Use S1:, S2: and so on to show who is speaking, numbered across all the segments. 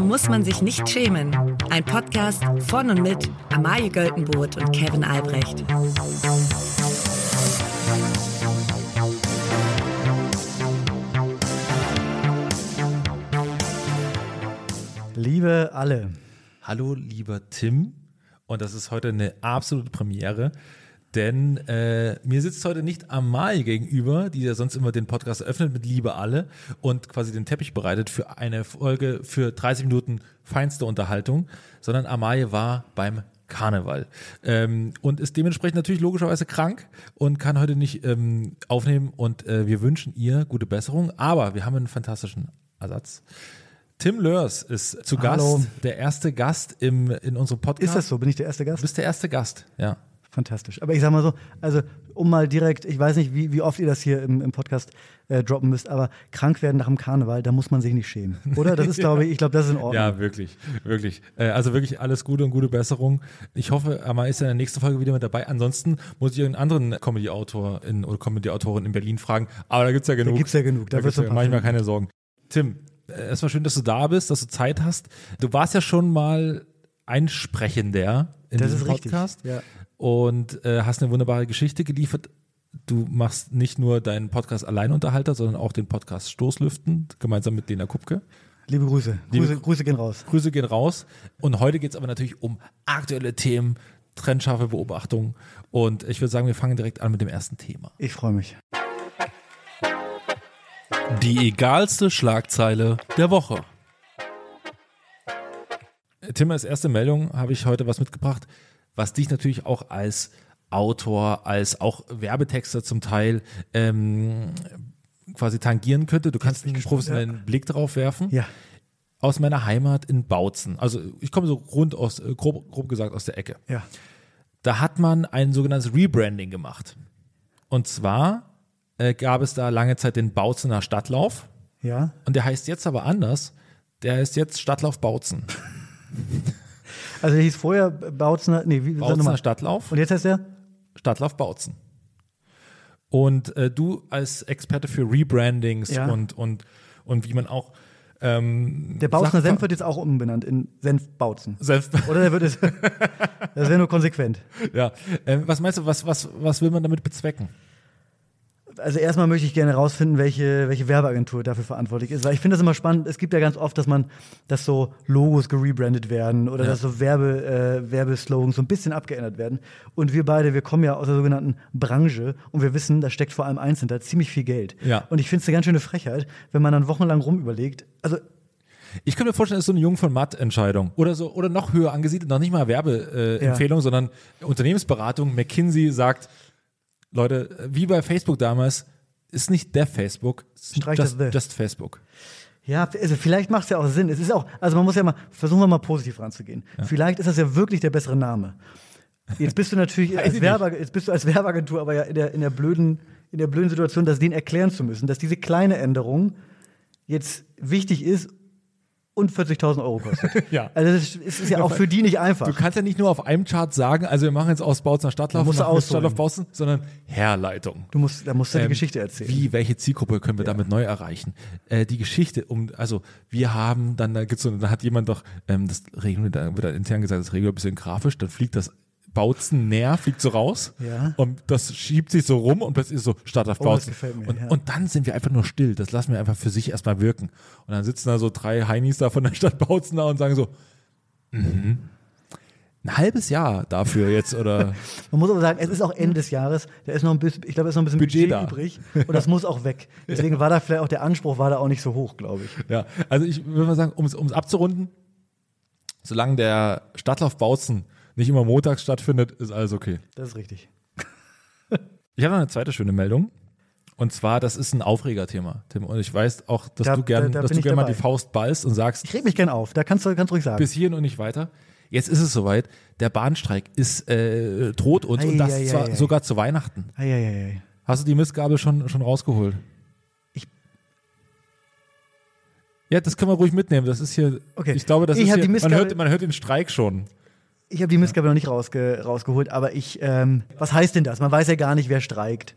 S1: muss man sich nicht schämen. Ein Podcast von und mit Amalie Göltenboot und Kevin Albrecht.
S2: Liebe alle,
S3: Hallo, lieber Tim. Und das ist heute eine absolute Premiere, denn äh, mir sitzt heute nicht Amal gegenüber, die ja sonst immer den Podcast öffnet mit Liebe alle und quasi den Teppich bereitet für eine Folge für 30 Minuten feinste Unterhaltung, sondern Amalie war beim Karneval ähm, und ist dementsprechend natürlich logischerweise krank und kann heute nicht ähm, aufnehmen und äh, wir wünschen ihr gute Besserung, aber wir haben einen fantastischen Ersatz. Tim Lörs ist zu
S2: Hallo.
S3: Gast, der erste Gast im, in unserem Podcast.
S2: ist das so? Bin ich der erste
S3: Du
S2: Gast?
S3: bist der erste Gast, ja.
S2: Fantastisch. Aber ich sag mal so, also um mal direkt, ich weiß nicht, wie, wie oft ihr das hier im, im Podcast äh, droppen müsst, aber krank werden nach dem Karneval, da muss man sich nicht schämen. Oder? Das ist, glaube ich, ich glaube, das ist in Ordnung.
S3: Ja, wirklich, wirklich. Äh, Also wirklich alles Gute und gute Besserung. Ich hoffe, Amal ist in der nächsten Folge wieder mit dabei. Ansonsten muss ich irgendeinen anderen Comedy-Autor in, oder Comedy-Autorin in Berlin fragen. Aber da gibt's ja genug.
S2: gibt's ja genug. Da
S3: Da,
S2: wird's
S3: gibt's
S2: ein paar
S3: ja, mach ich mir
S2: finden.
S3: keine Sorgen. Tim, äh, es war schön, dass du da bist, dass du Zeit hast. Du warst ja schon mal Einsprechender in
S2: Das
S3: diesem
S2: ist richtig,
S3: Podcast.
S2: ja.
S3: Und äh, hast eine wunderbare Geschichte geliefert. Du machst nicht nur deinen Podcast Alleinunterhalter, sondern auch den Podcast Stoßlüften, gemeinsam mit Lena Kupke.
S2: Liebe Grüße.
S3: Liebe
S2: Grüße. Grüße gehen raus.
S3: Grüße gehen raus. Und heute geht es aber natürlich um aktuelle Themen, trennscharfe Beobachtungen. Und ich würde sagen, wir fangen direkt an mit dem ersten Thema.
S2: Ich freue mich.
S3: Die egalste Schlagzeile der Woche. Tim, als erste Meldung habe ich heute was mitgebracht, was dich natürlich auch als Autor, als auch Werbetexter zum Teil ähm, quasi tangieren könnte. Du kannst einen professionellen Blick drauf werfen.
S2: Ja.
S3: Aus meiner Heimat in Bautzen. Also ich komme so rund aus, äh, grob, grob gesagt aus der Ecke
S2: Ja.
S3: da hat man ein sogenanntes Rebranding gemacht. Und zwar äh, gab es da lange Zeit den Bautzener Stadtlauf
S2: Ja.
S3: und der heißt jetzt aber anders. Der heißt jetzt Stadtlauf Bautzen.
S2: Also der hieß vorher Bautzner, nee, wie sag
S3: Bautzener
S2: nochmal.
S3: Stadtlauf,
S2: Und jetzt heißt der?
S3: Stadtlauf Bautzen. Und äh, du als Experte für Rebrandings
S2: Ja.
S3: und, und, und wie man auch
S2: Der Bautzner
S3: Sag-
S2: Senf wird jetzt auch umbenannt in Senf Bautzen.
S3: selbst
S2: Oder der wird es. das wäre nur konsequent.
S3: ja. Ähm, was meinst du, was, was, was will man damit bezwecken?
S2: Also erstmal möchte ich gerne herausfinden, welche, welche Werbeagentur dafür verantwortlich ist. Weil ich finde das immer spannend. Es gibt ja ganz oft, dass man, dass so Logos gerebrandet werden oder dass so Werbe, äh, Werbeslogans so ein bisschen abgeändert werden. Und wir beide, wir kommen ja aus der sogenannten Branche und wir wissen, da steckt vor allem eins hinter, ziemlich viel Geld.
S3: Ja.
S2: Und ich finde es eine ganz schöne Frechheit, wenn man dann wochenlang rumüberlegt. Also
S3: Ich könnte mir vorstellen, es ist so eine Jung von Matt Entscheidung oder so oder noch höher angesiedelt, noch nicht mal Werbeempfehlung, äh,
S2: Ja.
S3: Empfehlung, sondern Unternehmensberatung. McKinsey sagt, Leute, wie bei Facebook damals, ist nicht der Facebook, ist
S2: Streich
S3: just,
S2: das the.
S3: just Facebook.
S2: Ja, also vielleicht macht es ja auch Sinn. Es ist auch, also man muss ja mal, versuchen wir mal positiv ranzugehen. Vielleicht ist das ja wirklich der bessere Name. Jetzt bist du natürlich
S3: ich
S2: als
S3: nicht.
S2: Werbe, jetzt bist du als Werbeagentur aber ja in der, in der blöden, in der blöden Situation, das denen erklären zu müssen, dass diese kleine Änderung jetzt wichtig ist und 40.000 Euro kostet.
S3: Ja.
S2: Also das ist, es ist ja auch für die nicht einfach.
S3: Du kannst ja nicht nur auf einem Chart sagen, also wir machen jetzt aus Bautzener Stadtlauf,
S2: Du musst
S3: und machen jetzt
S2: ausholen.
S3: Stadtlauf Bautzen, sondern Herleitung.
S2: Du musst, da musst du
S3: Ähm,
S2: die Geschichte erzählen.
S3: Wie, welche Zielgruppe können wir damit neu erreichen? Äh, die Geschichte, um, also wir haben dann, da gibt's so, da hat jemand doch, ähm, das Regel, da wird dann intern gesagt, das Regel ein bisschen grafisch, dann fliegt das Bautzen näher, fliegt so raus
S2: Ja.
S3: und das schiebt sich so rum und plötzlich ist so Start auf
S2: Oh, das
S3: Bautzen.
S2: gefällt mir,
S3: und,
S2: ja.
S3: und dann sind wir einfach nur still, das lassen wir einfach für sich erstmal wirken. Und dann sitzen da so drei Heinis da von der Stadt Bautzen da und sagen so, mhm. Ein halbes Jahr dafür jetzt oder
S2: Man muss aber sagen, es ist auch Ende des Jahres. Da ist noch ein bisschen, ich glaube, da ist noch ein bisschen Budget,
S3: Budget da.
S2: übrig und das muss auch weg. Deswegen war da vielleicht auch der Anspruch war da auch nicht so hoch, glaube ich.
S3: Ja, also ich würde mal sagen, um es abzurunden, solange der Stadtlauf Bautzen nicht immer montags stattfindet, ist alles okay.
S2: Das ist richtig.
S3: Ich habe noch eine zweite schöne Meldung. Und zwar, das ist ein Aufregerthema, Tim. Und ich weiß auch, dass
S2: Da-
S3: du gerne
S2: da- da bin
S3: du
S2: ich
S3: gern mal
S2: dabei.
S3: die Faust ballst und sagst,
S2: Ich reg mich gern auf, da kannst du ganz ruhig sagen.
S3: bis hierhin und nicht weiter. Jetzt ist es soweit. Der Bahnstreik ist äh, droht uns und das
S2: Eieiei.
S3: zwar sogar zu Weihnachten.
S2: Eieiei.
S3: Hast du die Mistgabel schon, schon rausgeholt?
S2: Ich-
S3: Ja, das können wir ruhig mitnehmen. Das ist hier.
S2: Okay.
S3: Ich glaube, das
S2: Ich
S3: ist
S2: hab
S3: hier,
S2: die
S3: man, hört,
S2: Mistgabel-
S3: man hört den Streik schon.
S2: Ich habe die Mistgabel noch nicht rausge rausgeholt, aber ich, ähm, was heißt denn das? Man weiß ja gar nicht, wer streikt.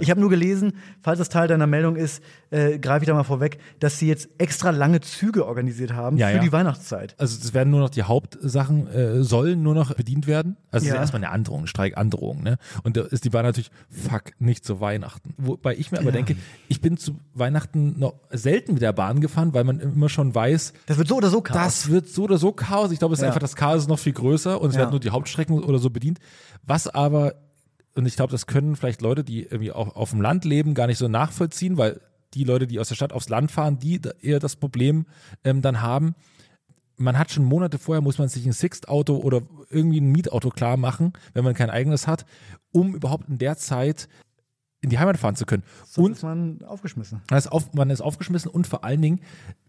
S2: Ich habe nur gelesen, falls das Teil deiner Meldung ist, äh, greife ich da mal vorweg, dass sie jetzt extra lange Züge organisiert haben
S3: Ja,
S2: für
S3: ja.
S2: die Weihnachtszeit.
S3: Also es werden nur noch die Hauptsachen, äh, sollen nur noch bedient werden. Also es ist
S2: Ja.
S3: erstmal eine Androhung, Streikandrohung. Ne? Und da ist die Bahn natürlich, fuck, nicht zu Weihnachten. Wobei ich mir aber denke, ich bin zu Weihnachten noch selten mit der Bahn gefahren, weil man immer schon weiß,
S2: Das wird so oder so Chaos.
S3: das wird so oder so Chaos. Ich glaube, es ist
S2: Ja.
S3: einfach, das Chaos ist noch viel größer und es
S2: Ja.
S3: werden nur die Hauptstrecken oder so bedient. Was aber, und ich glaube, das können vielleicht Leute, die irgendwie auf, auf dem Land leben, gar nicht so nachvollziehen, weil die Leute, die aus der Stadt aufs Land fahren, die da eher das Problem ähm, dann haben. Man hat schon Monate vorher, muss man sich ein Sixt-Auto oder irgendwie ein Mietauto klar machen, wenn man kein eigenes hat, um überhaupt in der Zeit in die Heimat fahren zu können.
S2: Sonst
S3: und
S2: ist man aufgeschmissen.
S3: man ist, auf, man ist aufgeschmissen und vor allen Dingen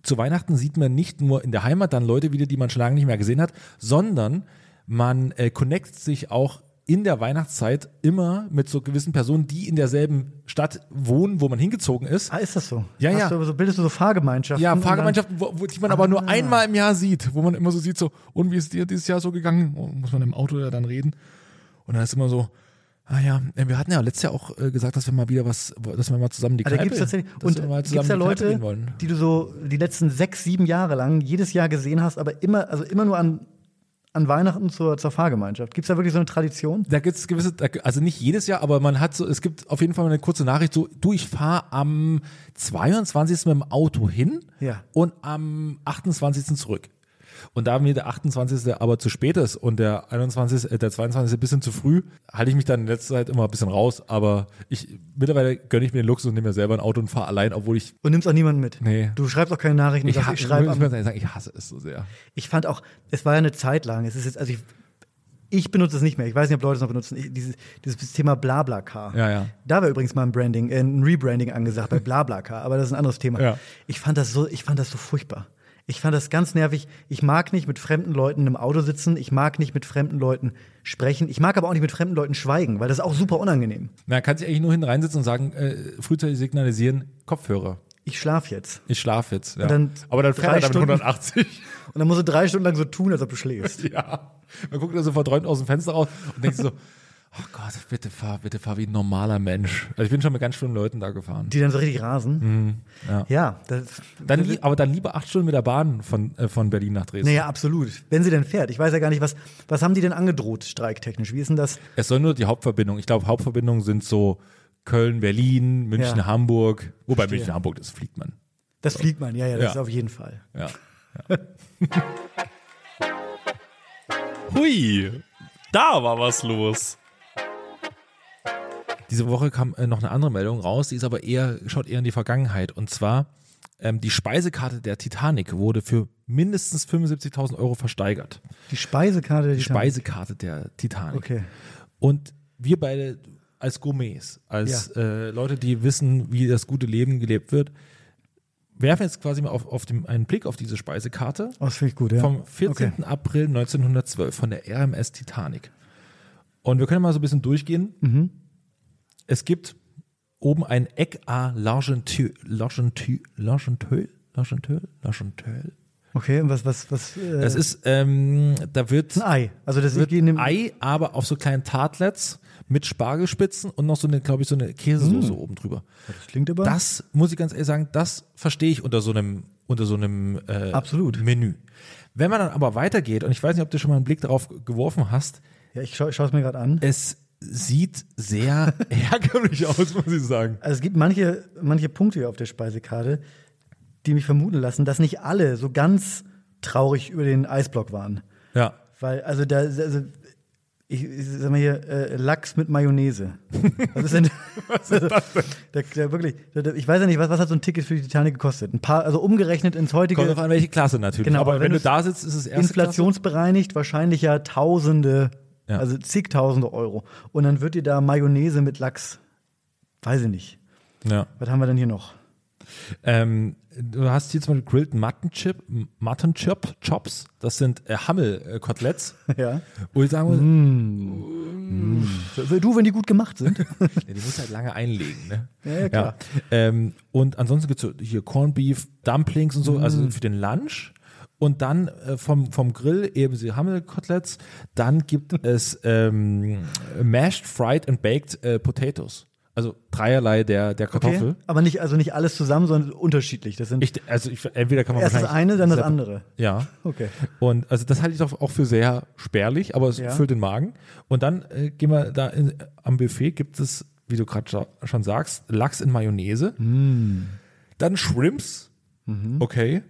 S3: zu Weihnachten sieht man nicht nur in der Heimat dann Leute wieder, die man schon lange nicht mehr gesehen hat, sondern man äh, connectet sich auch in der Weihnachtszeit immer mit so gewissen Personen, die in derselben Stadt wohnen, wo man hingezogen ist.
S2: Ah, ist das so?
S3: Ja,
S2: Hast
S3: ja.
S2: Du, so bildest du so Fahrgemeinschaften?
S3: Ja,
S2: und Ah. dann-
S3: Fahrgemeinschaften, wo, wo, die man aber nur einmal im Jahr sieht, wo man immer so sieht, so, und wie ist dir dieses Jahr so gegangen? Oh, Muss man im Auto ja dann reden. Und dann ist immer so, ah ja, äh, wir hatten ja letztes Jahr auch äh, gesagt, dass wir mal wieder was, dass wir mal zusammen die
S2: Also da
S3: Kneipe,
S2: gibt es tatsächlich
S3: dass
S2: und
S3: wir mal
S2: gibt's
S3: zusammen
S2: ja
S3: die Kneipe
S2: Leute,
S3: gehen wollen.
S2: die du so die letzten sechs, sieben Jahre lang jedes Jahr gesehen hast, aber immer, also immer nur an, an Weihnachten zur, zur Fahrgemeinschaft. Gibt es da wirklich so eine Tradition?
S3: da gibt es gewisse, da- also nicht jedes Jahr, aber man hat so, es gibt auf jeden Fall mal eine kurze Nachricht, so, du, ich fahre am 22. mit dem Auto hin
S2: Ja.
S3: und am 28. zurück. Und da mir der 28. aber zu spät ist und der 21., äh, der 22. ein bisschen zu früh, halte ich mich dann in letzter Zeit immer ein bisschen raus, aber ich, mittlerweile gönne ich mir den Luxus und nehme mir selber ein Auto und fahre allein, obwohl ich,
S2: Und nimmst auch niemanden mit.
S3: Nee.
S2: Du schreibst auch keine Nachrichten.
S3: ich,
S2: sagst,
S3: ha-
S2: ich,
S3: ich,
S2: schreib
S3: muss
S2: ab.
S3: ganz ehrlich sagen, ich hasse es so sehr.
S2: ich fand auch, es war ja eine Zeit lang. Es ist jetzt, also ich, ich benutze es nicht mehr. Ich weiß nicht, ob Leute es noch benutzen. Ich, dieses, dieses Thema Blablacar.
S3: Ja, ja.
S2: Da war übrigens mal ein Branding, äh, ein Rebranding angesagt bei Blablacar, aber das ist ein anderes Thema.
S3: Ja.
S2: Ich fand das so, ich fand das so furchtbar. Ich fand das ganz nervig. Ich mag nicht mit fremden Leuten im Auto sitzen. Ich mag nicht mit fremden Leuten sprechen. Ich mag aber auch nicht mit fremden Leuten schweigen, weil das ist auch super unangenehm.
S3: Na, kann sich eigentlich nur hineinsitzen und sagen, äh, frühzeitig signalisieren, Kopfhörer.
S2: Ich schlaf jetzt.
S3: Ich schlafe jetzt. Ja.
S2: dann
S3: aber dann
S2: drei
S3: fährt er damit
S2: Stunden-
S3: 180.
S2: Und dann musst du drei Stunden lang so tun, als ob du schläfst.
S3: Ja. Man guckt da so verträumt aus dem Fenster raus und denkt so, oh Gott, bitte fahr, bitte fahr wie ein normaler Mensch. Also ich bin schon mit ganz schlimmen Leuten da gefahren.
S2: Die dann so richtig rasen.
S3: Mhm. ja.
S2: das,
S3: Dann, lie- aber dann lieber acht Stunden mit der Bahn von, äh, von Berlin nach Dresden.
S2: naja, absolut. Wenn sie denn fährt. Ich weiß ja gar nicht, was, was haben die denn angedroht, streiktechnisch? Wie ist denn das?
S3: Es soll nur die Hauptverbindung. Ich glaube, Hauptverbindungen sind so Köln, Berlin, München,
S2: Ja.
S3: Hamburg. Wobei München, Hamburg, das fliegt man.
S2: Das fliegt man, ja, ja, das
S3: Ja.
S2: ist auf jeden Fall.
S3: Ja.
S4: Hui, da war was los.
S3: Diese Woche kam äh, noch eine andere Meldung raus, die ist aber eher, schaut eher in die Vergangenheit. Und zwar, ähm, die Speisekarte der Titanic wurde für mindestens 75.000 Euro versteigert.
S2: Die Speisekarte der
S3: Die
S2: Titanic.
S3: Speisekarte der Titanic.
S2: Okay.
S3: Und wir beide als Gourmets, als äh, Leute, die wissen, wie das gute Leben gelebt wird, werfen jetzt quasi mal auf, auf dem, einen Blick auf diese Speisekarte
S2: Oh, das finde ich gut, ja.
S3: vom 14.
S2: Okay.
S3: April 1912 von der RMS Titanic. Und wir können mal so ein bisschen durchgehen.
S2: Mhm.
S3: Es gibt oben ein Eck à Largenteuil. Largenteuil? Largenteuil? Largenteuil? Largenteuil?
S2: Okay, und was, was, was? Äh,
S3: Das ist, ähm, da wird
S2: ein Ei. Also das wird
S3: wird
S2: wie in dem
S3: Ei, aber auf so kleinen Tartlets mit Spargelspitzen und noch so eine, glaube ich, so eine Käsesoße
S2: Mhm.
S3: oben drüber.
S2: Das klingt aber.
S3: Das muss ich ganz ehrlich sagen, das verstehe ich unter so einem unter so einem äh,
S2: Absolut.
S3: Menü. Wenn man dann aber weitergeht und ich weiß nicht, ob du schon mal einen Blick darauf geworfen hast,
S2: Ja, ich schaue es mir gerade an.
S3: es sieht sehr herkömmlich aus, muss ich sagen.
S2: Also es gibt manche, manche Punkte auf der Speisekarte, die mich vermuten lassen, dass nicht alle so ganz traurig über den Eisblock waren.
S3: Ja.
S2: Weil, also da, also, ich, ich sag mal hier, äh, Lachs mit Mayonnaise. Was ist denn, was ist das denn? Da, da, wirklich, da, da, ich weiß ja nicht, was, was hat so ein Ticket für die Titanic gekostet? Ein paar, also umgerechnet ins
S3: Kommt
S2: heutige,
S3: drauf an, welche Klasse natürlich.
S2: Genau,
S3: aber
S2: aber
S3: wenn,
S2: wenn
S3: du
S2: du's-
S3: da sitzt, ist es erste
S2: inflationsbereinigt, wahrscheinlich ja Tausende,
S3: Ja.
S2: also zigtausende Euro. Und dann wird dir da Mayonnaise mit Lachs, weiß ich nicht.
S3: Klasse. Ja.
S2: Was haben wir denn hier noch?
S3: Ähm, du hast hier zum Beispiel Grilled Mutton Chip, Mutton Chip Chops. Das sind äh, Hammel-Koteletts.
S2: Ja.
S3: Wo ich sagen muss,
S2: Du, wenn die gut gemacht sind.
S3: Ja, die musst du halt lange einlegen, ne?
S2: Ja, ja, klar.
S3: Ähm, und ansonsten gibt es hier Corned Beef, Dumplings und so,
S2: Mhm.
S3: also für den Lunch. Und dann äh, vom, vom Grill eben die Hammelkoteletts. Dann gibt es ähm, Mashed, Fried and Baked äh, Potatoes. Also dreierlei der, der Kartoffel.
S2: Aber nicht, also nicht alles zusammen, sondern unterschiedlich. Das sind
S3: Ich, also ich, entweder kann man
S2: erst das eine,
S3: wahrscheinlich
S2: dann das
S3: separ-
S2: andere.
S3: Ja.
S2: Okay.
S3: Und also das halte ich doch auch für sehr spärlich, aber es
S2: Ja.
S3: füllt den Magen. Und dann äh, gehen wir da in, am Buffet, gibt es, wie du gerade scha- schon sagst, Lachs in Mayonnaise.
S2: Mm.
S3: Dann Shrimps. Okay.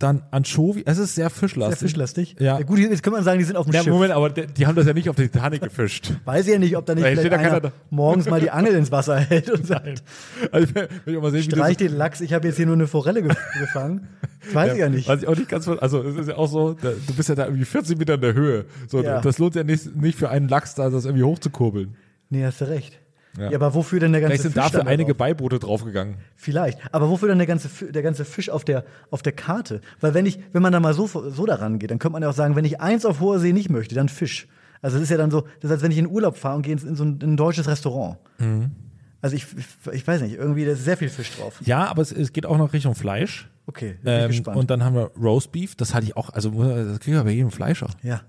S3: Dann Anchovy. Es ist sehr
S2: Mhm. Sehr
S3: fischlastig.
S2: fischlastig.
S3: Ja.
S2: Gut, jetzt könnte man sagen, die sind auf dem
S3: Ja,
S2: Schiff.
S3: Moment, aber die, die haben das ja nicht auf die Titanic gefischt.
S2: Weiß ich ja nicht, ob da nicht
S3: Da steht
S2: vielleicht
S3: da keiner
S2: einer
S3: da.
S2: morgens mal die Angel ins Wasser hält und sagt,
S3: Also, wenn ich auch mal sehe, wie du so-
S2: streich den Lachs, ich habe jetzt hier nur eine Forelle ge gefangen. Das weiß ich ja nicht.
S3: Weiß ich auch nicht ganz, ver- also es ist ja auch so, da, du bist ja da irgendwie 40 Meter in der Höhe. So,
S2: Ja.
S3: Das lohnt ja nicht, nicht für einen Lachs, da das irgendwie hochzukurbeln.
S2: Nee, hast du recht.
S3: Ja.
S2: Ja, aber wofür denn der ganze
S3: Vielleicht sind
S2: Fisch
S3: dafür
S2: dann da
S3: einige
S2: drauf?
S3: Beiboote draufgegangen.
S2: Vielleicht. Aber wofür dann der ganze, Fi- der ganze Fisch auf der, auf der Karte? Weil wenn ich, wenn man da mal so, so daran geht, dann könnte man ja auch sagen, wenn ich eins auf hoher See nicht möchte, dann Fisch. Also es ist ja dann so, das ist, als wenn ich in Urlaub fahre und gehe in so ein, in ein deutsches Restaurant. Also ich, ich, ich weiß nicht, irgendwie da ist sehr viel Fisch drauf.
S3: Mhm. Ja, aber es, es geht auch noch Richtung Fleisch.
S2: Okay, bin ich
S3: Ähm,
S2: gespannt.
S3: und dann haben wir Roastbeef, das hatte ich auch, also muss- das kriege ich bei jedem Fleischer.
S2: ja.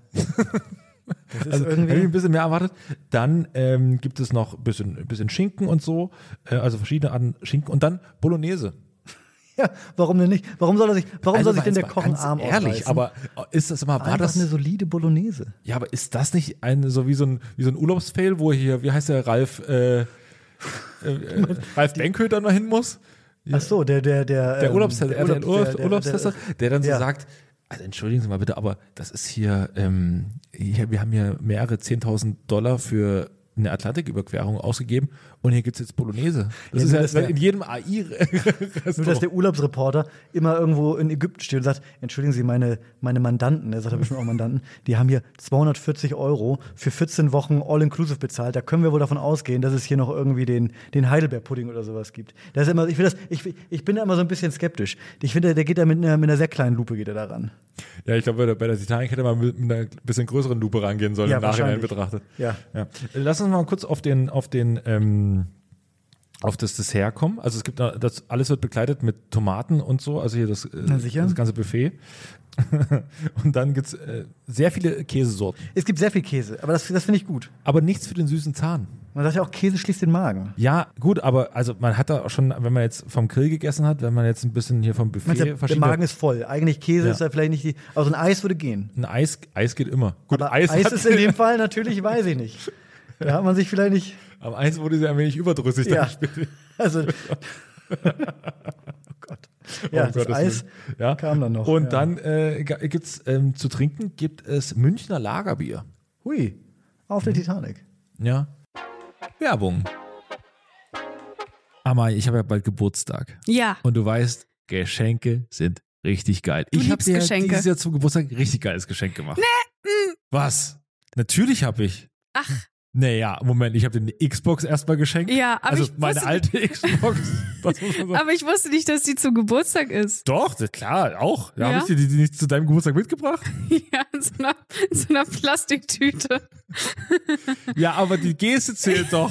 S2: Das ist
S3: Also habe ich ein
S2: irgendwie.
S3: bisschen mehr erwartet. Dann ähm, gibt es noch ein bisschen, ein bisschen Schinken und so, äh, also verschiedene Arten Schinken und dann Bolognese. Also
S2: Ja, warum denn nicht? Warum soll er sich, warum soll sich
S3: mal
S2: denn der
S3: ganz-
S2: Koch einen
S3: ganz
S2: Arm
S3: Ehrlich,
S2: ausreißen?
S3: aber ist das immer, war
S2: Einfach
S3: das
S2: eine solide Bolognese.
S3: Ja, aber ist das nicht ein, so wie so ein, wie so ein Urlaubsfail, wo hier, wie heißt der Ralf, äh, äh, äh, Ralf Benköter noch hin muss?
S2: Ach so, der der der
S3: Der
S2: ähm,
S3: Urlaubstester,
S2: der
S3: der,
S2: Urlaubs-
S3: Urlaubs
S2: der- der-
S3: Urlaubstester, der, dann so
S2: ja.
S3: sagt, also entschuldigen Sie mal bitte, aber das ist hier, ähm, hier wir haben hier mehrere 10.000 Dollar für eine Atlantiküberquerung ausgegeben und hier gibt's jetzt Bolognese. Das
S2: Ja,
S3: ist
S2: nur,
S3: ja
S2: dass der-
S3: in jedem AI
S2: Nur,
S3: oh.
S2: dass der Urlaubsreporter immer irgendwo in Ägypten steht und sagt, entschuldigen Sie, meine, meine Mandanten, er sagt ja bestimmt auch Mandanten, die haben hier 240 Euro für 14 Wochen All-Inclusive bezahlt. Da können wir wohl davon ausgehen, dass es hier noch irgendwie den, den Heidelberg-Pudding oder sowas gibt. Das ist immer, ich, will das, ich, ich bin da immer so ein bisschen skeptisch. Ich finde, der geht da mit einer, mit einer sehr kleinen Lupe geht er daran.
S3: Ja, ich glaube, bei der Titanic hätte man mit, mit einer bisschen größeren Lupe rangehen sollen,
S2: Ja,
S3: im Nachhinein
S2: wahrscheinlich.
S3: betrachtet.
S2: Ja.
S3: Lass uns mal kurz auf den, auf den, ähm, auf das Dessert kommen. Also es gibt da- das, alles wird begleitet mit Tomaten und so, also hier das, äh,
S2: Na sicher.
S3: das ganze Buffet. und dann gibt's äh, sehr viele Käsesorten.
S2: Es gibt sehr viel Käse, aber das, das finde ich gut.
S3: Aber nichts für den süßen Zahn.
S2: Man sagt ja auch, Käse schließt den Magen.
S3: Ja, gut, aber also man hat da auch schon, wenn man jetzt vom Grill gegessen hat, wenn man jetzt ein bisschen hier vom Buffet
S2: Man sagt, der
S3: verschiedene-
S2: Magen ist voll. Eigentlich Käse
S3: Ja.
S2: ist da vielleicht nicht die. Aber so ein Eis würde gehen.
S3: ein Eis, Eis geht immer. Gut,
S2: Aber Eis,
S3: hat-
S2: ist in dem Fall natürlich, weiß ich nicht. Da hat man sich vielleicht nicht.
S3: am Eis wurde sie ein wenig überdrüssig dann
S2: Ja.
S3: später.
S2: Also. oh Gott. Ja,
S3: Um
S2: das
S3: Gottes
S2: Eis
S3: Willen. Ja.
S2: kam dann noch.
S3: Und
S2: ja.
S3: dann äh, ga- gibt's ähm, zu trinken gibt es Münchner Lagerbier.
S2: Hui, auf
S3: Mhm.
S2: der Titanic.
S3: Ja. Werbung. Amai, ich habe ja bald Geburtstag.
S5: Ja,
S3: Und du weißt, Geschenke sind richtig geil.
S5: Du
S3: ich habe
S5: liebst
S3: dir
S5: Geschenke. mm.
S3: dieses Jahr zum Geburtstag ein richtig geiles Geschenk gemacht. Was? Natürlich habe ich.
S5: Ach.
S3: Naja, Moment, ich habe dir eine Xbox erstmal geschenkt.
S5: ja, aber
S3: also
S5: ich
S3: meine
S5: wusste,
S3: alte Xbox. Das muss man sagen.
S5: aber ich wusste nicht, dass die zum Geburtstag ist.
S3: Doch, das- klar, auch. Ja,
S5: Ja?
S3: Habe ich dir die, die nicht zu deinem Geburtstag mitgebracht?
S5: Ja, in so einer, in so einer Plastiktüte.
S3: Ja, aber die Geste zählt doch.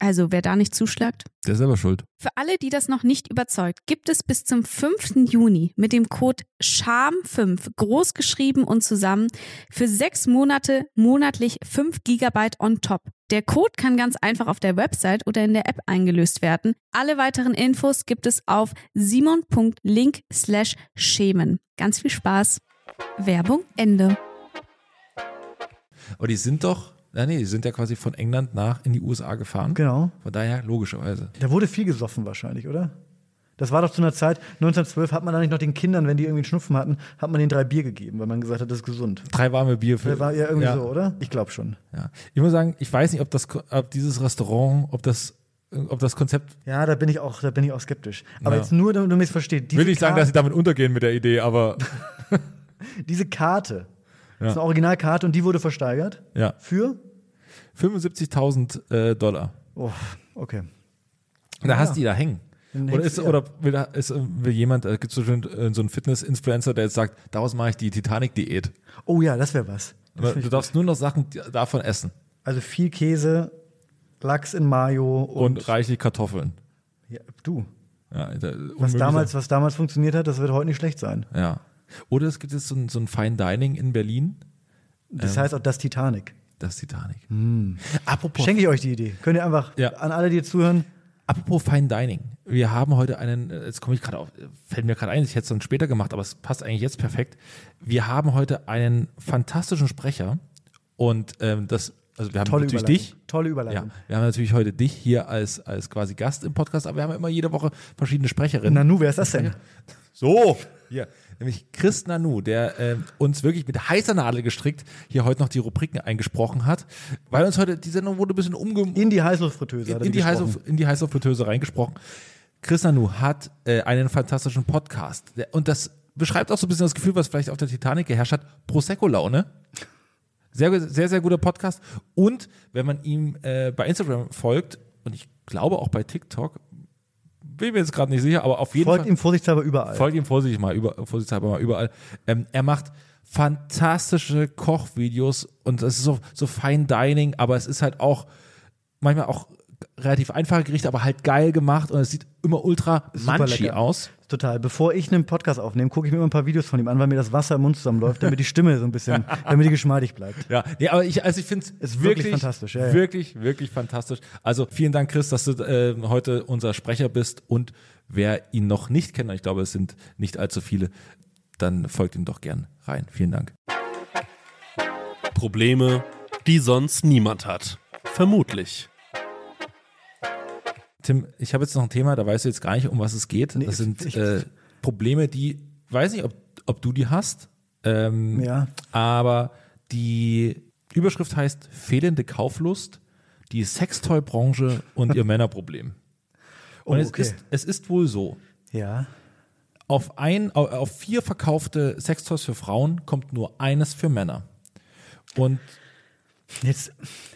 S5: Also, wer da nicht zuschlägt.
S3: Der ist selber schuld.
S5: Für alle, die das noch nicht überzeugt, gibt es bis zum 5. Juni mit dem Code SCHAM5 groß geschrieben und zusammen für sechs Monate monatlich 5 GB on top. Der Code kann ganz einfach auf der Website oder in der App eingelöst werden. Alle weiteren Infos gibt es auf simon.link slash schemen. Ganz viel Spaß. Werbung Ende.
S3: Aber die sind doch, na nee, die sind ja quasi von England nach in die USA gefahren.
S2: Genau.
S3: Von daher logischerweise.
S2: Da wurde viel gesoffen wahrscheinlich, oder? Das war doch zu einer Zeit, 1912 hat man da nicht noch den Kindern, wenn die irgendwie einen Schnupfen hatten, hat man denen drei Bier gegeben, weil man gesagt hat, das ist gesund.
S3: Drei warme Bier für.
S2: Das war ja irgendwie so, oder? Ich glaube schon.
S3: Ja. Ich muss sagen, ich weiß nicht, ob das, ob dieses Restaurant, ob das ob das Konzept.
S2: Ja, da bin ich auch, da bin ich auch skeptisch. Aber
S3: Ja.
S2: jetzt nur, damit du mich verstehst. diese
S3: Will ich sagen,
S2: Karte-
S3: dass sie damit untergehen mit der Idee, aber
S2: Diese Karte
S3: Ja.
S2: ist eine Originalkarte und die wurde versteigert
S3: ja.
S2: für.
S3: 75.000 äh, Dollar.
S2: Oh, okay.
S3: Da hast du die da hängen.
S2: Dann
S3: Oder,
S2: hängst
S3: ist,
S2: du die
S3: oder will, da- ist, äh, will jemand, äh, gibt es so, schön, äh, so einen Fitness-Influencer, der jetzt sagt, daraus mache ich die Titanic-Diät.
S2: Oh ja, das wäre was. Das
S3: Aber
S2: find
S3: Du
S2: ich,
S3: darfst nur noch Sachen d- davon essen
S2: also viel Käse, Lachs in Mayo und,
S3: und, reichlich Kartoffeln.
S2: ja, du.
S3: Ja, da-
S2: Was
S3: unmöglich-
S2: damals, was damals funktioniert hat, das wird heute nicht schlecht sein.
S3: Ja. Oder es gibt jetzt so ein, so ein Fine Dining in Berlin,
S2: Das heißt auch das Titanic.
S3: das Titanic.
S2: Hm.
S3: Apropos,
S2: Schenke ich euch die Idee. Könnt ihr einfach
S3: Ja.
S2: an alle, die jetzt zuhören,
S3: apropos Fine Dining. Wir haben heute einen, äh, jetzt komme ich gerade auf, äh, fällt mir gerade ein, ich hätte es dann später gemacht, aber es passt eigentlich jetzt perfekt. Wir haben heute einen fantastischen Sprecher und ähm, das, also wir haben
S2: tolle
S3: natürlich
S2: Überleitung.
S3: dich.
S2: Tolle
S3: Ja,
S2: Überleitung.
S3: wir haben natürlich heute dich hier als, als quasi Gast im Podcast, aber wir haben ja immer jede Woche verschiedene Sprecherinnen.
S2: Nanu, wer ist das denn?
S3: So, hier. Nämlich Chris Nanu, der ähm, uns wirklich mit heißer Nadel gestrickt hier heute noch die Rubriken eingesprochen hat, weil uns heute die Sendung wurde ein bisschen umge
S2: In die Heißluftfritteuse. hat er
S3: in, in, die
S2: gesprochen.
S3: heiße, in die heiße Fritteuse reingesprochen. Chris Nanu hat äh, einen fantastischen Podcast Der- und das beschreibt auch so ein bisschen das Gefühl, was vielleicht auf der Titanic geherrscht hat, Prosecco-Laune. Sehr, sehr, sehr guter Podcast. Und wenn man ihm äh, bei Instagram folgt und ich glaube auch bei TikTok, bin mir jetzt gerade nicht sicher, aber auf jeden
S2: Folgt
S3: Fall.
S2: ihm vorsichtshalber überall.
S3: Folgt ihm vorsichtig mal, über, vorsichtshalber mal überall. Ähm, er macht fantastische Kochvideos und das ist so, so Fine Dining, aber es ist halt auch manchmal auch relativ einfache Gerichte, aber halt geil gemacht und es sieht immer ultra manchi
S2: lecker.
S3: aus.
S2: Total. Bevor ich einen Podcast aufnehme, gucke ich mir immer ein paar Videos von ihm an, weil mir das Wasser im Mund zusammenläuft, damit die Stimme so ein bisschen, damit die geschmeidig bleibt.
S3: Ja, nee, aber ich, also ich finde
S2: Ist wirklich fantastisch, ja, ja.
S3: Wirklich, wirklich fantastisch. Also vielen Dank, Chris, dass du äh, heute unser Sprecher bist und wer ihn noch nicht kennt, und ich glaube, es sind nicht allzu viele, dann folgt ihm doch gern rein. Vielen Dank.
S4: Probleme, die sonst niemand hat. Vermutlich.
S3: Tim, ich habe jetzt noch ein Thema, da weißt du jetzt gar nicht, um was es geht.
S2: Nee,
S3: das sind
S2: ich-
S3: äh, Probleme, die, weiß nicht, ob, ob du die hast, ähm,
S2: Ja.
S3: aber die Überschrift heißt fehlende Kauflust, die Sextoy-Branche und ihr Männerproblem. Und
S2: Oh,
S3: es,
S2: okay.
S3: ist, es ist wohl so,
S2: Ja.
S3: auf, ein, au- auf vier verkaufte Sextoys für Frauen kommt nur eines für Männer. Und
S2: Jetzt,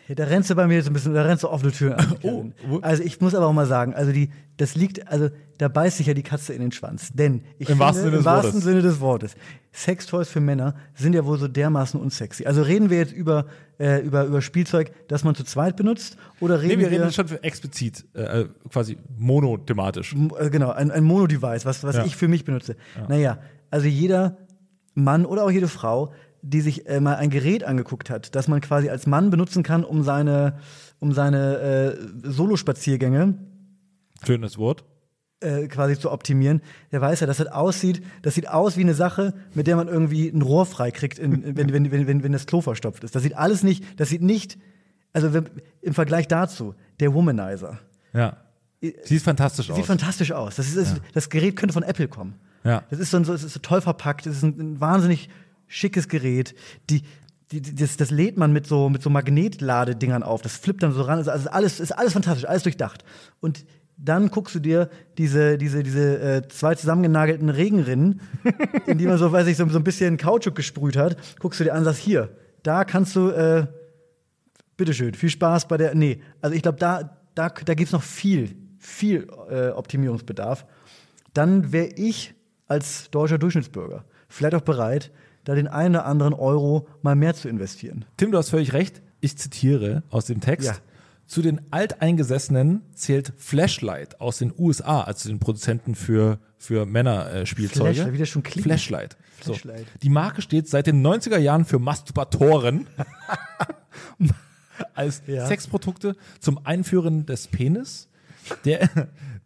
S2: da rennst du bei mir jetzt ein bisschen, da rennst du offene Türen an. Kevin.
S3: Oh, wo-
S2: Also ich muss aber auch mal sagen, also die, das liegt, also da beißt sich ja die Katze in den Schwanz. Denn ich
S3: Im wahrsten Sinne
S2: im
S3: des
S2: wahrsten
S3: Wortes.
S2: Sinne des Wortes, Sextoys für Männer sind ja wohl so dermaßen unsexy. Also reden wir jetzt über, äh, über, über Spielzeug, das man zu zweit benutzt oder
S3: nee,
S2: reden
S3: wir reden schon für explizit, äh, quasi monothematisch.
S2: M- äh, Genau, ein, ein Mono-Device, was, was
S3: Ja.
S2: ich für mich benutze. Naja, also jeder Mann oder auch jede Frau, die sich äh, mal ein Gerät angeguckt hat, das man quasi als Mann benutzen kann, um seine, um seine äh, Solospaziergänge
S3: Schönes Wort.
S2: äh, quasi zu optimieren, der weiß ja, dass das aussieht, das sieht aus wie eine Sache, mit der man irgendwie ein Rohr freikriegt, in, wenn, wenn, wenn, wenn, wenn das Klo verstopft ist. Das sieht alles nicht, das sieht nicht, also wenn, im Vergleich dazu, der Womanizer.
S3: Ja. Sieht fantastisch
S2: Sieht
S3: aus.
S2: fantastisch aus. Das, ist, das, das Gerät könnte von Apple kommen.
S3: Ja.
S2: Das ist so, ein- so, es ist so toll verpackt. Es ist ein, ein wahnsinnig schickes Gerät. Die, die, die, das, das lädt man mit so, mit so Magnetladedingern auf. Das flippt dann so ran. Also, also alles, ist alles fantastisch, alles durchdacht. Und dann guckst du dir diese, diese, diese äh, zwei zusammengenagelten Regenrinnen, in die man so, weiß ich, so, so ein bisschen Kautschuk gesprüht hat, guckst du dir an und sagst, hier, da kannst du, äh, bitteschön, viel Spaß bei der, nee, also ich glaube, da, da, da gibt es noch viel, viel äh, Optimierungsbedarf. Dann wäre ich als deutscher Durchschnittsbürger vielleicht auch bereit, da den einen oder anderen Euro mal mehr zu investieren.
S3: Tim, du hast völlig recht. Ich zitiere aus dem Text.
S2: Ja.
S3: Zu den Alteingesessenen zählt Flashlight aus den USA, also den Produzenten für, für Männerspielzeuge.
S2: Flashlight, wie das schon klingt.
S3: Flashlight. So.
S2: Flashlight.
S3: Die Marke steht seit den 90er Jahren für Masturbatoren als
S2: Ja.
S3: Sexprodukte zum Einführen des Penis, der,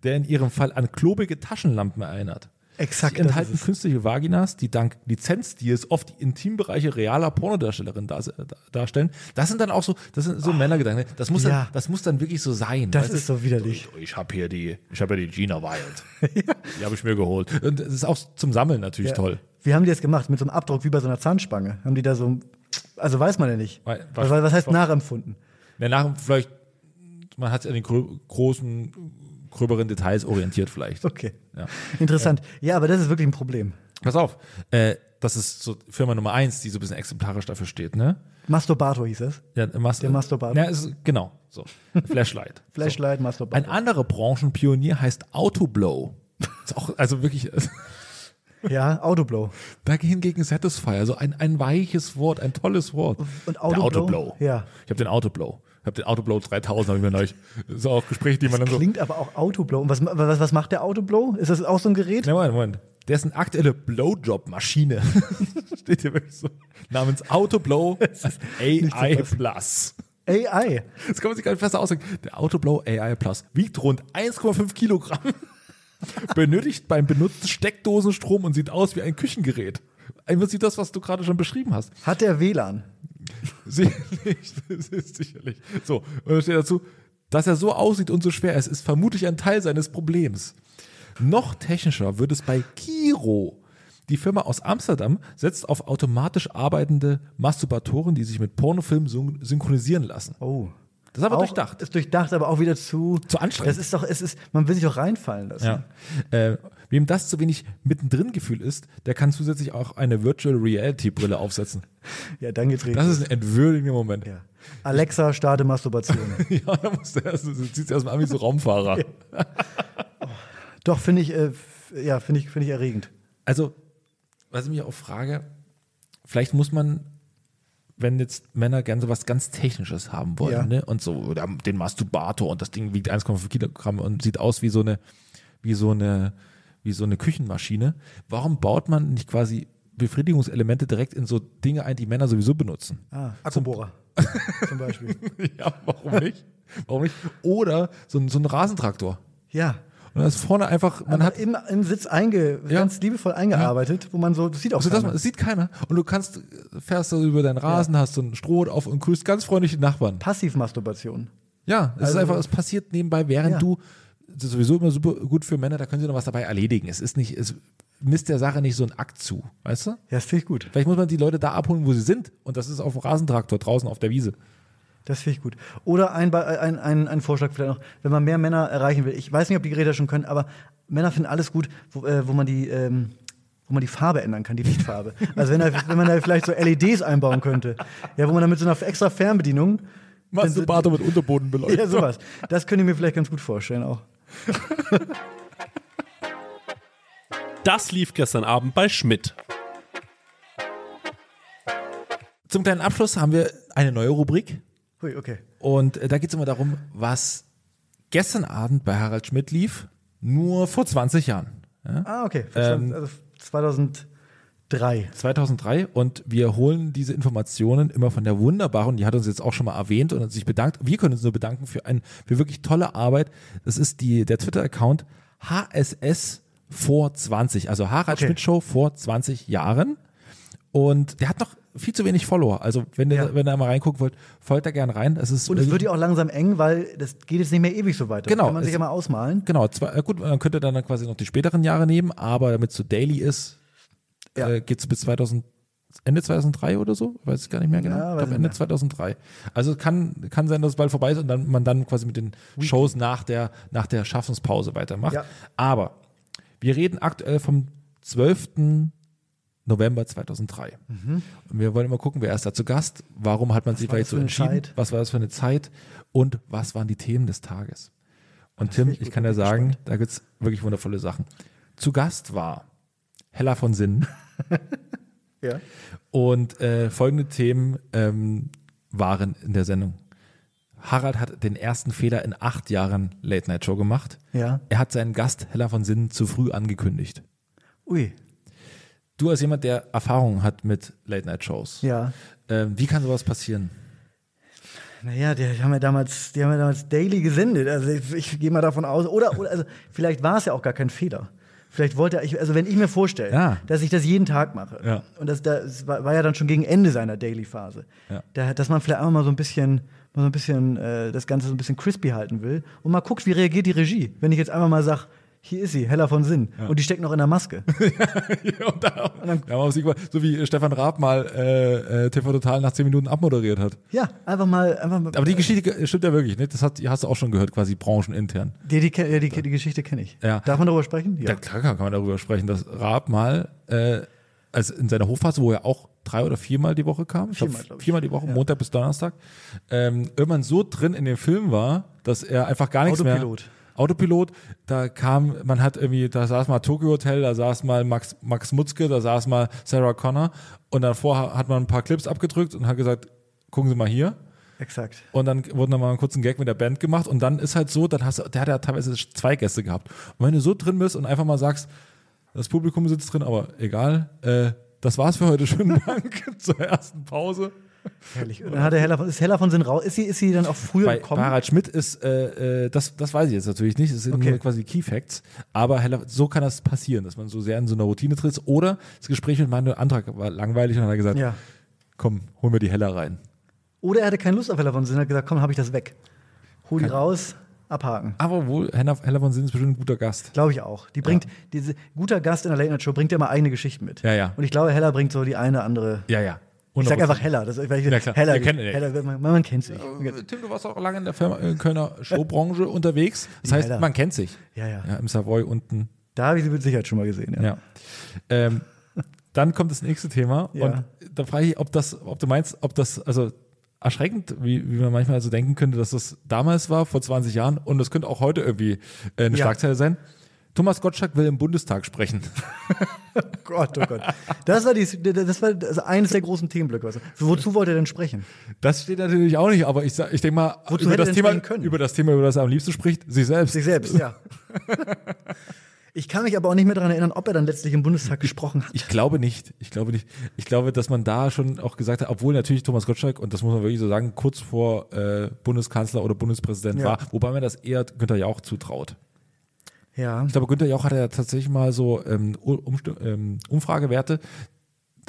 S3: der in ihrem Fall an klobige Taschenlampen erinnert.
S2: Exakt,
S3: Sie
S2: das
S3: enthalten
S2: ist es.
S3: künstliche Vaginas, die dank Lizenzdeals oft die Intimbereiche realer Pornodarstellerinnen dar darstellen. Das sind dann auch so, das sind so Männergedanken. ne? Das muss,
S2: Ah, ja.
S3: dann, das muss dann wirklich so sein.
S2: Das
S3: weißt
S2: ist
S3: du?
S2: so widerlich.
S3: Ich habe hier die, ich habe hier die Gina Wild. Die habe ich mir geholt. Und das ist auch zum Sammeln natürlich toll.
S2: Wie haben die das gemacht? Mit so einem Abdruck wie bei so einer Zahnspange. Haben die da so, also weiß man ja nicht.
S3: Weil-
S2: Was, was heißt nachempfunden?
S3: Danach vielleicht man hat sich an den grö großen, gröberen Details orientiert vielleicht.
S2: Okay.
S3: Ja.
S2: Interessant. Ja, aber das ist wirklich ein Problem.
S3: Pass auf, äh, das ist so Firma Nummer eins, die so ein bisschen exemplarisch dafür steht, ne?
S2: Masturbator hieß es.
S3: Der, Mas
S2: Der Masturbator.
S3: Ja, ist, genau, so. Flashlight.
S2: Flashlight,
S3: So. Ein
S2: Masturbator.
S3: anderer Branchenpionier heißt Autoblow. Ist auch, also wirklich,
S2: ja, Autoblow.
S3: dagegen hingegen Satisfier, also ein, ein weiches Wort, ein tolles Wort.
S2: Und
S3: Der
S2: Autoblow?
S3: Autoblow.
S2: Ja.
S3: Ich habe den Autoblow. Ich habe den Autoblow 3000, habe ich mir neulich. So auch Gespräche, die man dann so.
S2: Klingt aber auch Autoblow. Und was, was, was macht der Autoblow? Ist das auch so ein Gerät?
S3: Ne, Moment, Moment. Der ist eine aktuelle Blowjob-Maschine. Steht hier wirklich so. Namens Autoblow AI Plus.
S2: AI.
S3: Das kann man sich gar nicht besser ausdrücken. Der Autoblow AI Plus wiegt rund 1,5 Kilogramm. Benötigt beim Benutzen Steckdosenstrom und sieht aus wie ein Küchengerät. Im Prinzip das, was du gerade schon beschrieben hast.
S2: Hat der WLAN?
S3: Sicherlich, das ist sicherlich. So, und dann steht dazu, dass er so aussieht und so schwer ist, ist vermutlich ein Teil seines Problems. Noch technischer wird es bei Kiro. Die Firma aus Amsterdam setzt auf automatisch arbeitende Masturbatoren, die sich mit Pornofilmen syn- synchronisieren lassen.
S2: Oh.
S3: Das ist aber
S2: auch,
S3: durchdacht.
S2: Ist durchdacht, aber auch wieder zu.
S3: Zu anstrengend.
S2: Das ist doch, es ist, man will sich doch reinfallen lassen.
S3: Ja. Äh, wem das zu wenig mittendrin Gefühl ist, der kann zusätzlich auch eine Virtual Reality Brille aufsetzen.
S2: Ja, dann geht's richtig.
S3: Das ist ein entwürdigender Moment.
S2: ja. Alexa, starte Masturbation.
S3: Ja, da muss der erst, sieht erstmal an wie so Raumfahrer.
S2: doch, finde ich, äh, f- ja, finde ich, finde ich erregend.
S3: Also, was ich mich auch frage, vielleicht muss man, wenn jetzt Männer gern so was ganz Technisches haben wollen,
S2: Ja.
S3: ne? Und so, oder den Masturbator und das Ding wiegt 1,5 Kilogramm und sieht aus wie so eine, wie so eine, wie so eine Küchenmaschine. Warum baut man nicht quasi Befriedigungselemente direkt in so Dinge ein, die Männer sowieso benutzen?
S2: Ah, Akkubohrer. Zum Beispiel.
S3: Ja, warum nicht? Warum nicht? Oder so ein, so ein Rasentraktor.
S2: Ja.
S3: Und da ist vorne einfach, man
S2: Man
S3: hat
S2: hat im, im Sitz einge,
S3: Ja.
S2: ganz liebevoll eingearbeitet, wo man so, das sieht auch
S3: Also das,
S2: keiner.
S3: das sieht keiner. Und du kannst, äh, fährst da über deinen Rasen, hast so einen Stroh auf und grüßt ganz freundlich die Nachbarn.
S2: Passivmasturbation.
S3: Ja, es ist
S2: Also-
S3: einfach, es passiert nebenbei, während
S2: Ja.
S3: du, das ist sowieso immer super gut für Männer, da können sie noch was dabei erledigen. Es ist nicht, es misst der Sache nicht so einen Akt zu, weißt du?
S2: Ja, das finde ich gut.
S3: Vielleicht muss man die Leute da abholen, wo sie sind. Und das ist auf dem Rasentraktor draußen auf der Wiese.
S2: Das finde ich gut. Oder ein, Be- äh, ein, ein, ein Vorschlag vielleicht noch, wenn man mehr Männer erreichen will. Ich weiß nicht, ob die Geräte das schon können, aber Männer finden alles gut, wo, äh, wo man die. Ähm, wo man die Farbe ändern kann, die Lichtfarbe. Also wenn, da, wenn man da vielleicht so LEDs einbauen könnte. Ja, wo man dann mit so einer extra Fernbedienung.
S3: Masturbator mit Unterbodenbeleuchtung.
S2: Ja, sowas. Das könnte ich mir vielleicht ganz gut vorstellen auch.
S4: Das lief gestern Abend bei Schmidt.
S3: Zum kleinen Abschluss haben wir eine neue Rubrik.
S2: Hui, okay.
S3: Und äh, da geht es immer darum, was gestern Abend bei Harald Schmidt lief, nur vor 20 Jahren. Ja?
S2: Ah, okay. Verstanden. also 2003.
S3: 2003 und wir holen diese Informationen immer von der wunderbaren, die hat uns jetzt auch schon mal erwähnt und hat sich bedankt. Wir können uns nur bedanken für ein für wirklich tolle Arbeit. Das ist die der Twitter Account HSS vor 20, also Harald
S2: Okay.
S3: Schmidt Show vor 20 Jahren und der hat noch viel zu wenig Follower. Also wenn ihr
S2: Ja.
S3: wenn ihr mal reingucken wollt, folgt da gern rein. Es ist
S2: Und Also es wird ja auch langsam eng, weil das geht jetzt nicht mehr ewig so weiter.
S3: Genau.
S2: Das kann man sich
S3: Es-
S2: ja mal ausmalen.
S3: genau, zwei, äh, gut, man könnte dann quasi noch die späteren Jahre nehmen, aber damit es so daily ist,
S2: Ja.
S3: äh, geht es bis 2000, Ende 2003 oder so, weiß ich gar nicht mehr genau.
S2: Ja, weiß
S3: ich
S2: ich
S3: glaube Ende
S2: nicht.
S3: 2003. Also es kann, kann sein, dass es bald vorbei ist und dann man dann quasi mit den Shows nach der, nach der Schaffenspause weitermacht.
S2: Ja.
S3: Aber wir reden aktuell vom 12. November 2003. Und wir wollen immer gucken, wer ist da zu Gast, warum hat man sich
S2: war
S3: vielleicht
S2: das
S3: so
S2: für eine
S3: entschieden,
S2: Zeit?
S3: was war das für eine Zeit und was waren die Themen des Tages. Und Tim, ich kann ja sagen, da gibt's wirklich wundervolle Sachen. Zu Gast war Hella von Sinnen
S2: Ja.
S3: und äh, folgende Themen ähm, waren in der Sendung. Harald hat den ersten Fehler in acht Jahren Late Night Show gemacht.
S2: Ja.
S3: Er hat seinen Gast Hella von Sinnen zu früh angekündigt.
S2: Ui.
S3: Du als jemand, der Erfahrung hat mit Late Night Shows,
S2: Ja.
S3: ähm, wie kann sowas passieren?
S2: Naja, die haben ja damals, die haben ja damals daily gesendet. Also ich, ich gehe mal davon aus. Oder, oder also vielleicht war es ja auch gar kein Fehler. Vielleicht wollte er, ich, also wenn ich mir vorstelle,
S3: Ja.
S2: dass ich das jeden Tag mache,
S3: Ja.
S2: und das, das war, war ja dann schon gegen Ende seiner Daily-Phase,
S3: Ja.
S2: da, dass man vielleicht auch mal so ein bisschen, mal so ein bisschen äh, das Ganze so ein bisschen crispy halten will und mal guckt, wie reagiert die Regie. Wenn ich jetzt einmal mal sage, hier ist sie, Hella von Sinn. Und die steckt noch in der Maske.
S3: und da, da haben wir Sieg, so wie Stefan Raab mal äh, äh, TV Total nach 10 Minuten abmoderiert hat.
S2: Ja, einfach mal, einfach mal.
S3: Aber die Geschichte stimmt ja wirklich, ne? Das hat, hast du auch schon gehört, quasi branchenintern.
S2: die, die, die, die, die Geschichte kenne ich.
S3: Ja.
S2: Darf man darüber sprechen? Ja.
S3: Ja, klar kann man darüber sprechen, dass Raab mal, äh, also in seiner Hochphase, wo er auch drei oder viermal die Woche kam, ich
S2: Viermal,
S3: glaub,
S2: glaub ich.
S3: viermal die Woche, Montag bis Donnerstag, ähm, irgendwann so drin in dem Film war, dass er einfach gar nichts
S2: Autopilot.
S3: mehr. Autopilot, da kam, man hat irgendwie, da saß mal Tokyo Hotel, da saß mal Max, Max Mutzke, da saß mal Sarah Connor und davor hat man ein paar Clips abgedrückt und hat gesagt, gucken Sie mal hier.
S2: Exakt.
S3: Und dann wurden dann mal einen kurzen Gag mit der Band gemacht und dann ist halt so, dann hast du, der hat ja teilweise zwei Gäste gehabt. Und wenn du so drin bist und einfach mal sagst, das Publikum sitzt drin, aber egal, äh, das war's für heute. Schönen Dank zur ersten Pause.
S2: Herrlich. Und dann hat der Hella von, ist Hella von Sinn raus. Ist sie, ist sie dann auch früher
S3: Bei
S2: gekommen?
S3: Barat Schmidt ist, äh, äh, das, das weiß ich jetzt natürlich nicht, das sind
S2: Okay.
S3: nur quasi Key Facts, aber heller, so kann das passieren, dass man so sehr in so eine Routine tritt oder das Gespräch mit meinem Antrag war langweilig und dann hat er gesagt,
S2: Ja.
S3: komm, hol mir die Heller rein.
S2: Oder er hatte keine Lust auf Hella von Sinn, hat gesagt, komm, habe ich das weg. Hol die raus, abhaken.
S3: Aber wohl, Heller, Heller von Sinn ist bestimmt ein guter Gast.
S2: Glaube ich auch. Die bringt, diese, guter Gast in der Late Night Show bringt ja immer eigene Geschichten mit.
S3: Ja, ja.
S2: Und ich glaube, Hella bringt so die eine andere.
S3: Ja, ja.
S2: Ich sag
S3: 100%.
S2: einfach Hella. Das, weil ich,
S3: Ja, klar.
S2: Hella,
S3: Wir kennen-
S2: Hella man, man kennt sich.
S3: Äh, Tim, du warst auch lange in der Firma, äh, Kölner Showbranche unterwegs. Das heißt,
S2: Leider.
S3: man kennt sich.
S2: Ja, ja.
S3: Im Savoy unten.
S2: Da habe ich sie mit Sicherheit schon mal gesehen. Ja.
S3: Ja. Ähm, dann kommt das nächste Thema.
S2: Ja.
S3: Und da frage ich, ob das, ob du meinst, ob das, also erschreckend, wie, wie man manchmal so denken könnte, dass das damals war, vor 20 Jahren, und das könnte auch heute irgendwie äh, eine
S2: Ja.
S3: Schlagzeile sein. Thomas Gottschalk will im Bundestag sprechen.
S2: Gott, oh Gott. Das war, die, das war also eines der großen Themenblöcke. Also, wozu wollte er denn sprechen?
S3: Das steht natürlich auch nicht, aber ich, sag- ich denke mal,
S2: Wozu
S3: über
S2: hätte
S3: das,
S2: denn
S3: Thema,
S2: sprechen können?
S3: über das Thema, über das er am liebsten spricht, sich selbst.
S2: Sich selbst, ja. Ich kann mich aber auch nicht mehr daran erinnern, ob er dann letztlich im Bundestag gesprochen hat.
S3: Ich glaube nicht. Ich glaube nicht. Ich glaube, dass man da schon auch gesagt hat, obwohl natürlich Thomas Gottschalk, und das muss man wirklich so sagen, kurz vor äh, Bundeskanzler oder Bundespräsident
S2: Ja.
S3: war, wobei man das eher Günther Jauch zutraut.
S2: Ja.
S3: Ich glaube, Günther Jauch hatte ja tatsächlich mal so ähm, U- Umst- ähm, Umfragewerte,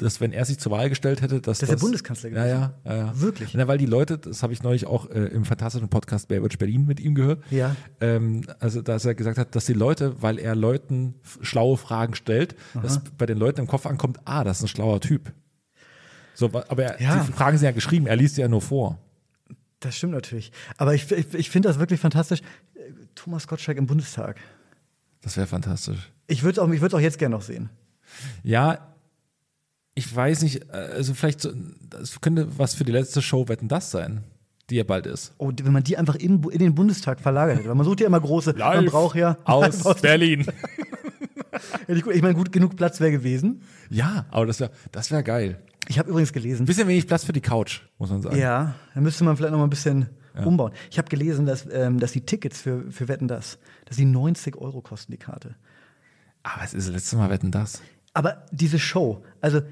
S3: dass wenn er sich zur Wahl gestellt hätte, dass,
S2: Dass er
S3: das,
S2: Bundeskanzler
S3: ja, ja, ja, ja.
S2: Wirklich?
S3: Na, weil die Leute, das habe ich neulich auch äh, im fantastischen Podcast Baywatch Berlin mit ihm gehört.
S2: Ja.
S3: Ähm, also dass er gesagt hat, dass die Leute, weil er Leuten f- schlaue Fragen stellt, dass bei den Leuten im Kopf ankommt, ah, das ist ein schlauer Typ. So, wa- aber er,
S2: Ja.
S3: die Fragen sind ja geschrieben, er liest sie ja nur vor.
S2: Das stimmt natürlich. Aber ich, ich, ich finde das wirklich fantastisch. Thomas Gottschalk im Bundestag.
S3: Das wäre fantastisch.
S2: Ich würde es auch, ich würd's auch jetzt gerne noch sehen.
S3: Ja, ich weiß nicht, äh, also vielleicht, so, das könnte was für die letzte Show Wetten das sein, die ja bald ist.
S2: Oh, die- wenn man die einfach in, in den Bundestag verlagert hätte. Weil man sucht ja immer große. man braucht ja.
S3: aus Berlin.
S2: Hätte Ich gut- ich meine, gut genug Platz wäre gewesen.
S3: Ja, aber das wäre das wär geil.
S2: Ich habe übrigens gelesen.
S3: Ein bisschen wenig Platz für die Couch, muss man sagen.
S2: Ja, dann müsste man vielleicht noch mal ein bisschen umbauen. Ich habe gelesen, dass, ähm, dass die Tickets für, für Wetten das, dass die 90 Euro kosten, die Karte.
S3: Aber es ist das letzte Mal Wetten das.
S2: Aber diese Show, also,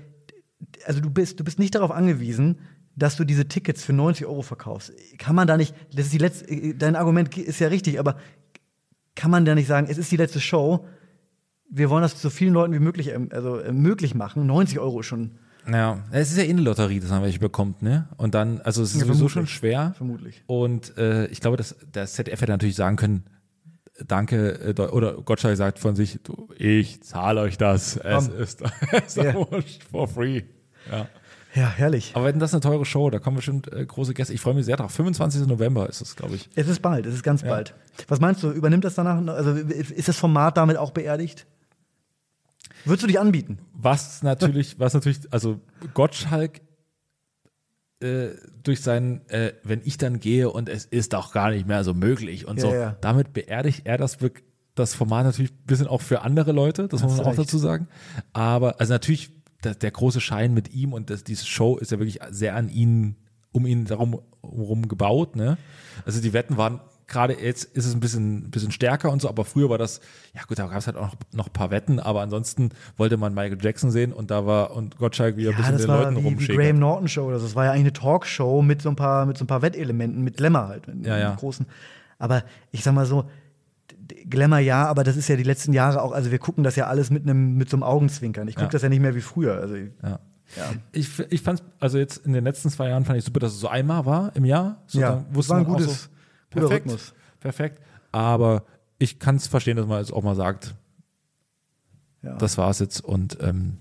S2: also du, bist, du bist nicht darauf angewiesen, dass du diese Tickets für 90 Euro verkaufst. Kann man da nicht, das ist die letzte, äh, dein Argument ge- ist ja richtig, aber kann man da nicht sagen, es ist die letzte Show, wir wollen das so vielen Leuten wie möglich, ähm, also, äh, möglich machen, 90 Euro schon,
S3: Ja, es ist ja eh eine Lotterie, dass man welche bekommt, ne? Und dann, also es
S2: Ja,
S3: ist sowieso
S2: vermutlich.
S3: schon schwer.
S2: vermutlich.
S3: Und äh, ich glaube, dass der ZF hätte natürlich sagen können, danke, äh, Deu- oder Gottschalk sagt von sich, du, ich zahle euch das. Es
S2: Komm.
S3: ist, es
S2: Ja.
S3: ist wurscht, for free. Ja.
S2: Ja, herrlich.
S3: Aber wenn das eine teure Show, da kommen bestimmt äh, große Gäste. Ich freue mich sehr drauf. 25. November ist es, glaube ich.
S2: Es ist bald, es ist ganz bald. Was meinst du, übernimmt das danach? noch? Also ist das Format damit auch beerdigt? Würdest du dich anbieten?
S3: Was natürlich, was natürlich, also Gottschalk äh, durch seinen, äh, wenn ich dann gehe und es ist auch gar nicht mehr so möglich und
S2: Ja,
S3: so,
S2: ja.
S3: damit beerdigt er das wirk- Das Format natürlich ein bisschen auch für andere Leute, das muss
S2: Hast
S3: man
S2: du
S3: auch
S2: recht.
S3: dazu sagen. Aber also natürlich, der, der große Schein mit ihm und das, diese Show ist ja wirklich sehr an ihn, um ihn darum herum gebaut. Ne? Also die Wetten waren gerade jetzt ist es ein bisschen, bisschen stärker und so, aber früher war das, ja gut, da gab es halt auch noch, noch ein paar Wetten, aber ansonsten wollte man Michael Jackson sehen und da war und Gottschalk wieder ein bisschen den Leuten
S2: wie, wie
S3: rumschicken.
S2: Graham Norton Show oder so. Das war ja eigentlich eine Talkshow mit so ein paar, mit so ein paar Wettelementen, mit Glamour halt. Mit
S3: Ja, ja.
S2: einem Großen. Aber ich sag mal so, d- Glamour ja, aber das ist ja die letzten Jahre auch, also wir gucken das ja alles mit einem, mit so einem Augenzwinkern. Ich gucke
S3: Ja.
S2: das ja nicht mehr wie früher. Also
S3: Ja. Ich, f- ich fand's, also jetzt in den letzten zwei Jahren fand ich super, dass es so einmal war im Jahr. So,
S2: Ja,
S3: dann wusste
S2: war ein
S3: man auch
S2: gutes-
S3: so,
S2: guter
S3: perfekt,
S2: Rhythmus.
S3: Perfekt. Aber ich kann es verstehen, dass man es auch mal sagt,
S2: Ja.
S3: das war's jetzt und ähm,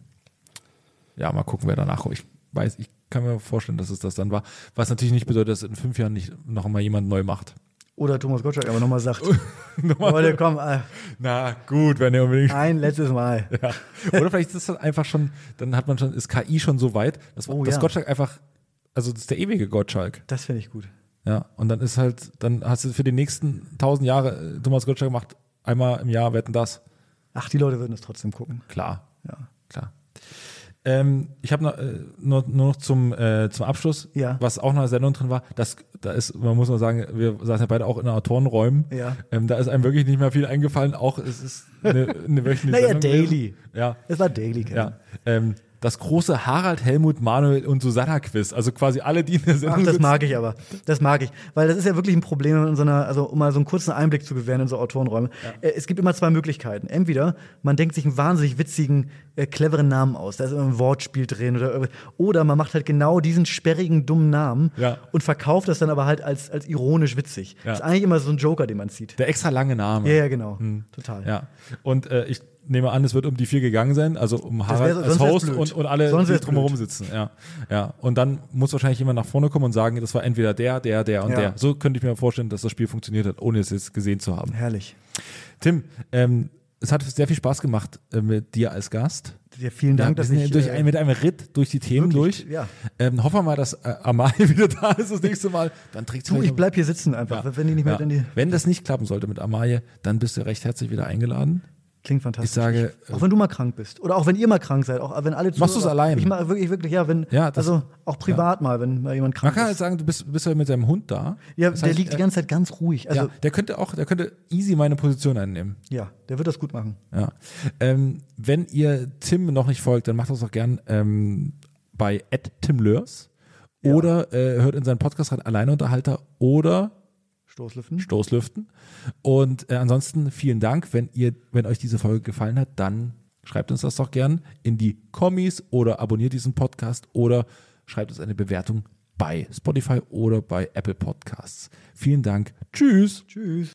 S3: ja, mal gucken, wer danach kommt. Ich weiß, ich kann mir vorstellen, dass es das dann war. Was natürlich nicht bedeutet, dass in fünf Jahren nicht noch einmal jemand neu macht.
S2: Oder Thomas Gottschalk aber nochmal sagt, Leute, komm, äh,
S3: Na gut, wenn er unbedingt.
S2: ein letztes Mal.
S3: Ja. Oder vielleicht ist das einfach schon, dann hat man schon, ist KI schon so weit, dass,
S2: Oh,
S3: dass
S2: ja.
S3: Gottschalk einfach, also das ist der ewige Gottschalk.
S2: Das finde ich gut.
S3: Ja, und dann ist halt, dann hast du für die nächsten tausend Jahre, äh, Thomas Gottschalk macht einmal im Jahr wetten das.
S2: Ach, die Leute würden es trotzdem gucken.
S3: Klar,
S2: Ja.
S3: klar. Ähm, ich habe noch, äh, nur, nur noch zum, äh, zum Abschluss,
S2: Ja.
S3: was auch noch in der Sendung drin war, das, da ist, man muss mal sagen, wir saßen ja beide auch in Autorenräumen.
S2: Ja.
S3: Ähm, da ist einem wirklich nicht mehr viel eingefallen, auch es ist eine, eine wöchentliche
S2: Naja,
S3: Sendung
S2: Daily.
S3: gewesen. Ja,
S2: Es war Daily Kevin.
S3: ja. Ähm, das große Harald, Helmut, Manuel und Susanna-Quiz. Also quasi alle, die in der Sendung
S2: Ach, das
S3: sitzen.
S2: mag ich aber. Das mag ich. Weil das ist ja wirklich ein Problem in so einer, also um mal so einen kurzen Einblick zu gewähren in so Autorenräume. Äh, Es gibt immer zwei Möglichkeiten. Entweder man denkt sich einen wahnsinnig witzigen, äh, cleveren Namen aus. Da ist immer ein Wortspiel drin oder irgendwas. Oder man macht halt genau diesen sperrigen, dummen Namen
S3: Ja.
S2: und verkauft das dann aber halt als, als ironisch witzig.
S3: Ja.
S2: Das ist eigentlich immer so ein Joker, den man zieht.
S3: Der extra lange Name.
S2: Ja, ja, genau. Total.
S3: Hm. Ja. Und äh, ich nehme an, es wird um die vier gegangen sein, also um Harald
S2: wär-
S3: als
S2: sonst wär's
S3: Host
S2: blöd.
S3: und, und alle,
S2: Sonst
S3: die
S2: wär's
S3: drumherum
S2: blöd.
S3: sitzen. Ja. ja. Und dann muss wahrscheinlich jemand nach vorne kommen und sagen, das war entweder der, der, der und
S2: Ja.
S3: der. So könnte ich mir vorstellen, dass das Spiel funktioniert hat, ohne es jetzt gesehen zu haben.
S2: Herrlich.
S3: Tim, ähm, es hat sehr viel Spaß gemacht äh, mit dir als Gast.
S2: Ja, vielen Dank,
S3: wir
S2: dass
S3: sind
S2: ich.
S3: durch
S2: äh,
S3: ein, mit einem Ritt durch die Themen
S2: wirklich,
S3: durch.
S2: ja.
S3: Ähm, hoffen wir mal, dass äh, Amal wieder da ist das nächste Mal. Dann trägt
S2: du, ich bleib hier sitzen einfach. Wenn die nicht mehr
S3: ja.
S2: in die.
S3: Wenn das nicht klappen sollte mit Amalie, dann bist du recht herzlich wieder eingeladen.
S2: Klingt fantastisch.
S3: Ich sage, äh,
S2: auch wenn du mal krank bist oder auch wenn ihr mal krank seid, auch wenn alle
S3: Machst du's
S2: Zuhörer-
S3: allein?
S2: Ich mache wirklich wirklich ja, wenn
S3: Ja, das-
S2: also auch privat mal, wenn mal jemand
S3: Man
S2: krank
S3: kann halt
S2: ist.
S3: sagen, du bist, bist ja mit deinem Hund da.
S2: Ja,
S3: Das
S2: der
S3: heißt,
S2: liegt die
S3: äh,
S2: ganze Zeit ganz ruhig. Also
S3: ja, der könnte auch, der könnte easy meine Position einnehmen.
S2: ja, der wird das gut machen.
S3: Ja. Ähm, wenn ihr Tim noch nicht folgt, dann macht das doch gern ähm, bei @timlörs oder äh, hört in seinen Podcast rein Alleinunterhalter oder
S2: Stoßlüften.
S3: Stoßlüften. Und äh, ansonsten vielen Dank, wenn ihr, wenn euch diese Folge gefallen hat, dann schreibt uns das doch gern in die Kommis oder abonniert diesen Podcast oder schreibt uns eine Bewertung bei Spotify oder bei Apple Podcasts. Vielen Dank. Tschüss.
S2: Tschüss.